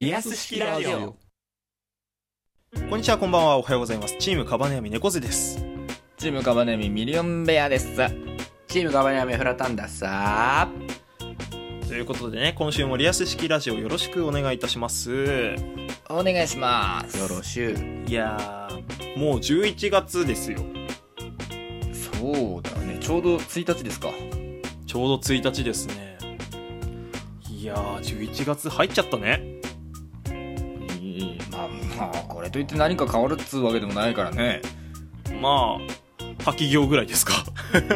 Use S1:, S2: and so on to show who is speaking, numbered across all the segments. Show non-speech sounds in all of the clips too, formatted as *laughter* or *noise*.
S1: リアス式ラジオ
S2: こんにちは、こんばんは、おはようございます。チームカバネヤミ猫背です。
S3: チームカバネミミリオンベアです
S1: チームガバニアメフラタンダさ
S2: ということでね、今週もリアス式ラジオよろしくお願いいたします。
S3: お願いします
S1: よろしゅう
S2: いやー、もう11月ですよ。
S3: そうだねちょうど1日ですか
S2: ちょうど1日ですね。いやー、11月入っちゃったね。
S3: いいまあまあこれといって何か変わるっつうわけでもないからね
S2: まあ、滝行ぐらいですか。 *laughs*
S3: 滝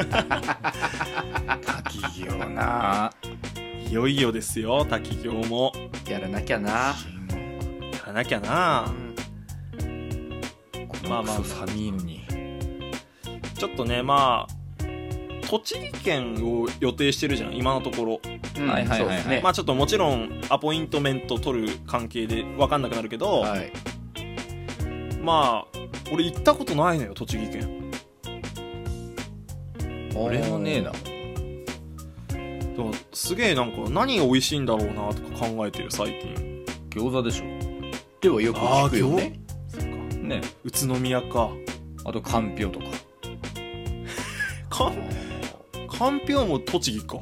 S3: 行ない
S2: よいよですよ、滝行も。
S1: やらなきゃな
S2: やらなきゃな
S3: こ
S2: ま
S3: のク
S2: あまあ
S3: ソ寒いのに
S2: ちょっとね、まあ、栃木県を予定してるじゃん、今のところ。
S1: うん
S3: はいはいはいはい
S1: そうですね
S2: まあちょっともちろん、アポイントメント取る関係で分かんなくなるけど、
S1: はい
S2: まあ俺行ったことないのよ栃木県
S3: 俺もねえな
S2: だからすげえなんか何が美味しいんだろうなとか考えてる最近
S3: 餃子でしょ
S1: でもよく聞くよね
S2: そっか
S3: ね
S2: 宇都宮か
S3: あとかんぴょうとか
S2: かんかんぴょうも栃木か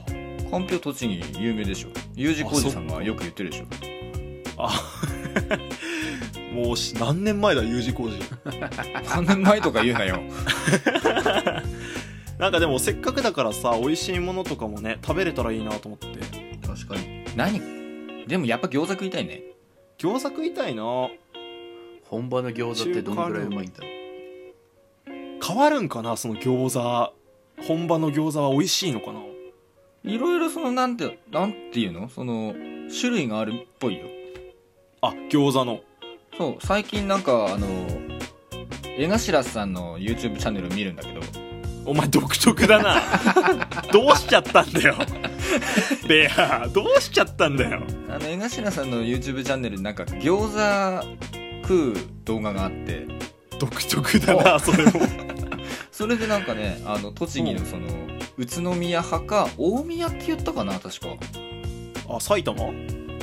S3: かんぴょう栃木有名でしょ U 字工事さんがよく言ってるでしょ
S2: あもうし何年前だ U 字工
S1: *laughs*
S2: 事
S3: 3年前とか言うなよ
S2: なんかでもせっかくだからさ美味しいものとかもね食べれたらいいなと思って
S3: 確かに何でもやっぱ餃子食いたいね
S2: 餃子食いたいな
S1: 本場の餃子ってどのぐらいうまいんだろ
S2: 変わるんかなその餃子本場の餃子は美味しいのかない
S3: ろいろそのなんてなんていうのその種類があるっぽいよ
S2: あ餃子の
S3: そう最近なんかあの江頭さんの YouTube チャンネルを見るんだけど
S2: お前独特だ *laughs* などうしちゃったんだ *laughs* よベアどうしちゃったんだよ
S3: あの江頭さんの YouTube チャンネルでなんか餃子食う動画があって
S2: 独特だなそれも
S3: それでなんかねあの栃木のその宇都宮派か大宮って言ったかな確か
S2: あ埼玉うん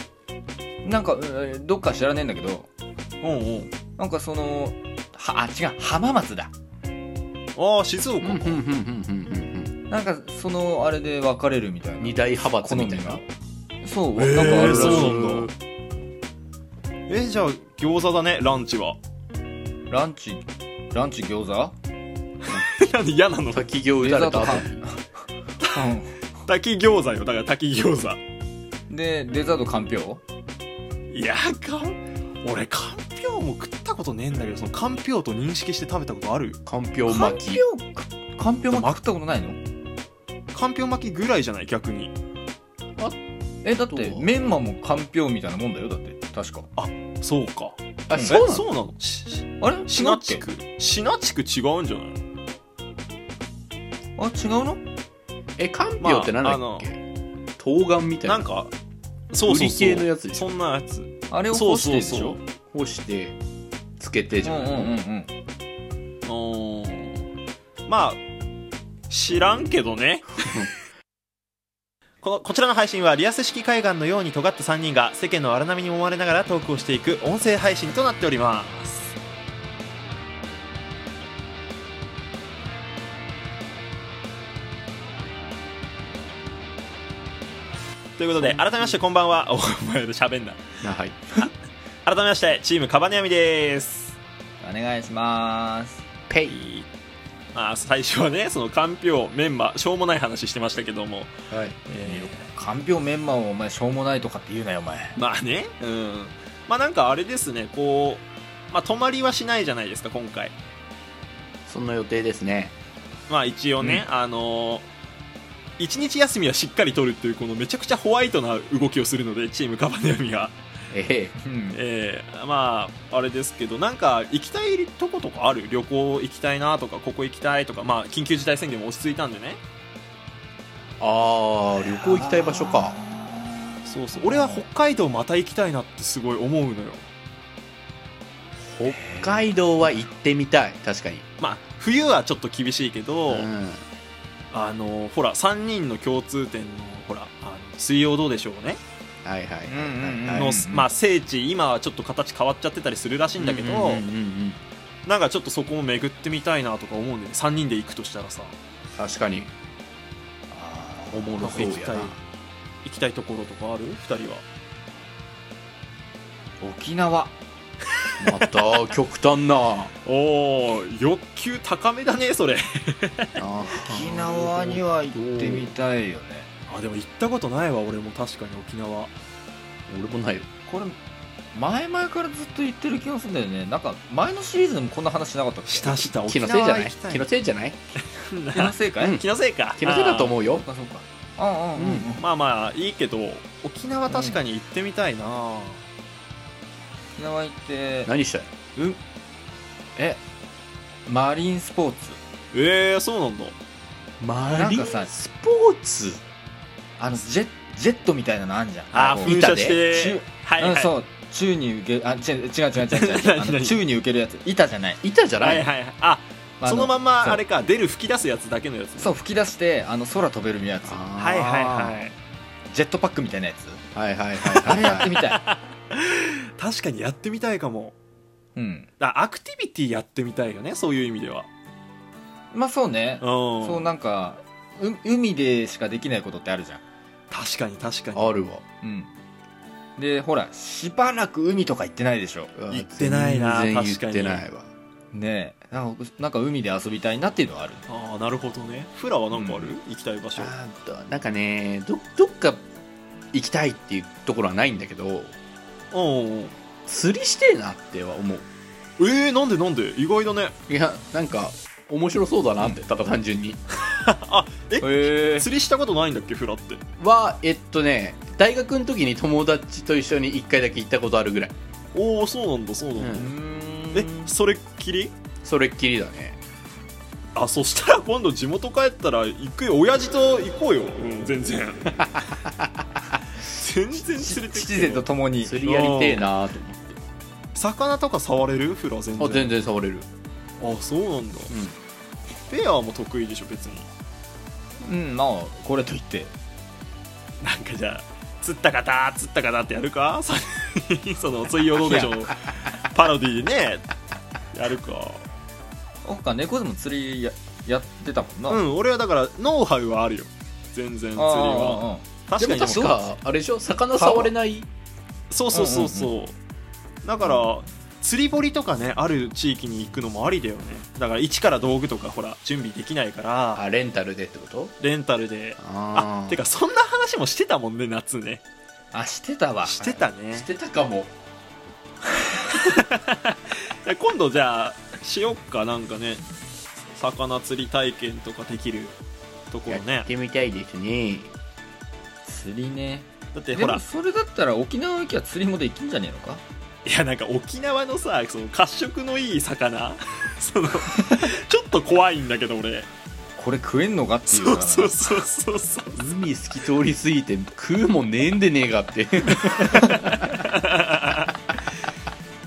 S3: なんかえーどっか知らねえんだけど
S2: うん
S3: なんかそのはあ違う浜松だ
S2: ああ静岡
S1: う
S2: か、
S1: うんうんうんうんうんうん
S3: なんかそのあれで分かれるみたいな
S1: 二大派閥
S3: 好
S1: み
S3: み
S1: たいな
S3: がそう、
S2: えー
S3: なんかあるらしい
S2: そうなんだえじゃあ餃子だねランチ *laughs* は
S3: ランチランチ餃子
S2: なんで嫌なの
S1: 滝行打たれた後に
S2: 滝餃子よだから滝餃子
S3: *laughs* うんでデザートかんぴょ
S2: いやかん俺かんぴょうも食ったことねえんだけどそのかんぴょうと認識して食べたことある
S1: かんぴょ
S3: う
S1: う
S3: かん
S1: 巻き
S3: ぴょうかかんぴょう巻き食ったことないの
S2: かんぴょう巻きぐらいじゃない逆に
S3: えだって
S1: どう
S3: メンマもかんぴょうみたいなもんだよだって確か
S2: そうか
S1: あ
S3: うん
S1: そ
S2: え
S1: うなの
S2: そうなのしし
S3: あれ
S2: シ
S3: 違う
S2: ナ
S3: っ
S2: 地
S3: け
S2: 区シナ地区違うんじゃない
S3: あ違うの
S1: えかんぴょうってなんだっけ冬瓜みたい
S2: な
S1: なん
S2: か、そうそうそう。
S1: ウリ系のやつでし
S2: そ
S1: ょ
S2: んなやつ。
S3: あれを干
S2: そう
S3: して
S2: そ
S3: る
S2: う
S3: でし
S2: そ
S3: ょ
S2: う。
S1: 干してつけてじ
S3: うん
S1: ゃ
S3: うん
S1: な
S3: うん
S1: い
S3: うん
S2: うーんまあ、知らんけど
S1: *laughs*
S2: ね。このこちらの配信はリアス式海岸のように尖った3人が世間の荒波に揉まれながらトークをしていく音声配信となっております。ということで改めましてこんばんはお前と喋んな
S1: あはい
S2: 改めましてチームカバネアミです
S3: お願いします
S1: ペイ
S2: まあ最初はねそのかんぴょうメンマしょうもない話してましたけども、
S1: はい
S2: え
S3: かんぴょうメンマをお前しょうもないとかって言うなよお前
S2: ーまあねうんまあなんかあれですねこうまあ泊まりはしないじゃないですか今回
S1: そんな予定ですね
S2: まあ一応ね、あのー一日休みはしっかり取るっていうこのめちゃくちゃホワイトな動きをするのでチームカバネアミが
S1: え
S3: うん
S2: えーまああれですけどなんか行きたいとことかある旅行行きたいなとかここ行きたいとかまあ緊急事態宣言も落ち着いたんでね
S1: えああ旅行行きたい場所か
S2: そうそう俺は北海道また行きたいなってすごい思うのよ
S1: 北海道は行ってみたい確かに
S2: まあ冬はちょっと厳しいけど、
S1: うん
S2: あのほら3人の共通点のほらあの水曜どうでしょうね
S1: はいはいはい
S3: うんうんうん
S1: はい
S2: の、まあ、聖地今はちょっと形変わっちゃってたりするらしいんだけど、
S3: うんうん
S1: うんうんうん
S2: なんかちょっとそこも巡ってみたいなとか思うんで、ね、3人で行くとしたらさ
S1: 確かに
S3: あ
S1: おもろそうやな
S2: 行きたいところとかある2人は
S3: ー沖縄
S1: また極端な
S2: おお欲求高めだねそれ
S3: 沖
S1: 沖
S3: 縄には行ってみたいよね
S2: あでも行ったことないわ俺も確かに沖縄
S1: 俺もないよ
S3: これ前々からずっと言ってる気がするんだよねなんか前のシリーズでもこんな話しなかったっけ
S2: したした沖
S1: 気のせいじゃ
S2: 縄
S1: な
S2: 行
S1: い
S2: きたい
S1: 気のせいじゃない
S3: 気のせいかい、
S1: うん
S2: 気のせいか
S1: 気のせいだと思うよ
S3: そうかそうかうんうんうん、うん
S2: あーまあまあいいけど沖縄確かに行ってみたいな、
S3: 沖縄行って
S1: 何したい
S3: うんえマリンスポーツ
S2: えー、そうなんだ
S1: マ
S3: リ
S1: リ
S3: ン
S1: ン
S3: ス
S1: スポーツ
S3: あのジェジェットみたいなのあんじゃん
S2: あ
S3: こ
S2: ー
S3: う
S2: 噴射して
S3: 中
S2: はいはい
S3: うんそう宙に受けあち違う違う違う違う
S2: *laughs* 何
S3: あの
S2: 何
S3: 宙に受けるやつ板じゃない
S1: 板じゃ
S2: は
S1: ないい
S2: はいはいあ
S3: あ
S2: そのまんま
S3: そう
S2: あれか出る吹き出すやつだけのやつね
S3: そう吹き出してあの空飛べるやつ
S2: はいはいはい
S3: ジェットパックみたいなやつ
S1: いはいはい
S3: あ
S1: はい
S3: れやってみた
S2: *laughs*
S3: い
S2: 確かにやってみたいかも
S3: うん
S2: だアクティビティやってみたいよねそういう意味では
S3: まあそうね
S2: うん
S3: そうなんかう海でしかできないことってあるじゃん
S2: 確かに確かに
S1: あるわ
S3: うんでほらしばらく海とか行ってないでしょ
S1: うわ
S2: 行ってないな
S1: 全然
S2: 確か
S1: 言
S2: に
S1: ってないわ
S3: ねえなんかなんか海で遊びたいなっていうのはある
S2: ああなるほどねフラはなんかある、行きたい場所
S1: あーっとなんかねどどっか行きたいっていうところはないんだけど
S2: うんうんうん
S1: 釣りしてえなっては思う
S2: えー、なんでなんで意外だね
S1: いやなんか面白そうだなってただ単純に
S2: あえ
S3: へ
S2: 釣りしたことないんだっけフラって
S1: はえっとね大学の時に友達と一緒に1回だけ行ったことあるぐらい
S2: おおそうなんだそうなんだ、
S1: う
S2: えそれっきり
S1: それっきりだね
S2: あそしたら今度地元帰ったら行くよ親父と行こうよ、うん、 *laughs* 全然全然連れて
S3: 父勢
S2: く
S3: と共に
S1: 釣りやりてえなと思って
S2: 魚とか触れるフラ全然
S1: あ全然触れる、
S2: あそうなんだフ
S1: う
S2: ェアも得意でしょ別に
S3: うんまあこれといって
S2: なんかじゃあ釣った方釣った方ってやるかさその水曜どうでしょうパロディでねやるか
S3: 他猫でも釣りややってたもんな、
S2: うん俺はだからノウハウはあるよ全然釣り
S3: あー
S2: は確か
S1: ん、で
S2: に
S1: も確かあれでしょ魚触れない
S2: そうそうそうそう,、だから釣り堀とかねある地域に行くのもありだよねだから一から道具とかほら準備できないから
S1: あレンタルでってこと
S2: レンタルであ
S1: あ
S2: て
S1: か
S2: かそんな話もしてたもんね夏ね
S3: あしてたわ
S2: してたね
S1: してたかも
S2: で今度じゃあしよっかなんかね魚釣り体験とかできるところ
S1: や
S2: ね
S1: ってみたいですね
S3: 釣りね
S2: だって
S3: で
S2: ほら
S3: もそれだったら沖縄行きは釣りもできんじゃねえのか
S2: いやなんか沖縄のさその褐色のいい魚 *laughs* そのちょっと怖いんだけど俺
S3: これ食えんのかっていう
S2: そうそう
S3: う
S2: そうそうそう
S1: 海透き通り過ぎて食うもんねえんでねえがって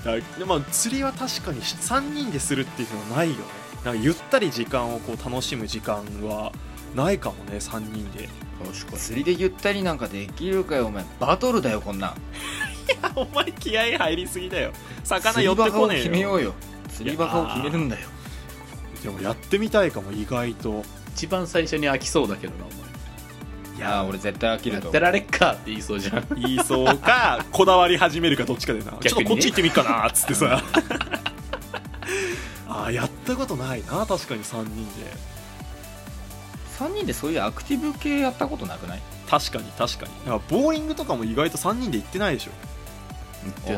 S2: だでも釣りは確かに3人でするっていうのはないよねなんかゆったり時間をこう楽しむ時間はないかもね3人で
S1: 確か
S3: 釣りでゆったりなんかできるかよお前バトルだよこんなん
S2: あ *laughs* お前気合入りすぎだよ魚
S3: 釣
S2: 寄
S3: り
S2: って
S3: バカを
S2: こね
S3: 決
S2: え
S3: め
S2: よ
S3: ようよ釣りバカを決めるんだよ
S2: でもやってみたいかも意外と
S1: *laughs* 一番最初に飽きそうだけどなお前
S2: い
S3: いやー俺絶対飽き
S1: や
S3: る
S1: っ
S3: と
S1: てられっかって言いそう *laughs* じゃん
S2: 言いそうかこだわり始めるかどっちかでな、
S1: 逆にね
S2: ちょっとこっち行ってみっかなっつってさ *laughs* あーやったことないな確かに3人で
S3: 3人でそういうアクティブ系やったことなくない
S2: 確かに確かにだからボーリングとかも意外と3人で行ってないでしょ
S1: あ
S3: あ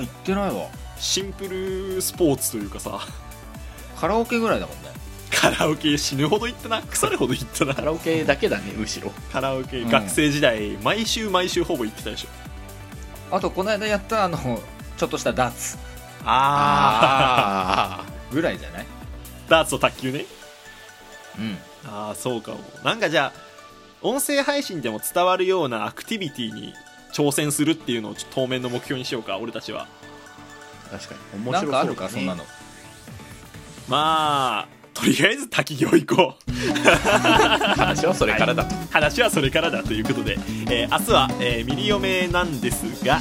S3: ー行ってないわ
S2: シンプルスポーツというかさ *laughs*
S3: カラオケぐらいだもんね
S2: カラオケ死ぬほど行ったな腐るほど行ったな
S1: カラオケだけだねむしろ
S2: カラオケ、
S3: うん
S2: 学生時代毎週毎週ほぼ行ってたでしょ
S3: あとこの間やったあのちょっとしたダーツ
S2: ああ
S1: あ
S3: ぐらいじゃない
S2: ダーツと卓球ね
S3: うん
S2: ああそうかもなんかじゃあ音声配信でも伝わるようなアクティビティに挑戦するっていうのをちょっと当面の目標にしようか俺たちは
S1: *laughs* あ確かに面白
S3: なん
S1: そう
S3: かあ
S1: だね
S3: るかそんなの
S2: まあととりあえず滝行行こう
S1: 話はそれからだ、
S2: 話はそれからだということで、えー明日は、えーミリオメなんですが、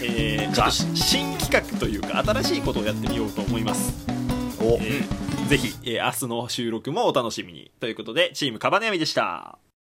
S2: えーちょっとし新企画というか新しいことをやってみようと思います
S1: お
S2: えーぜひ、えー明日の収録もお楽しみにということでチームカバネアミでした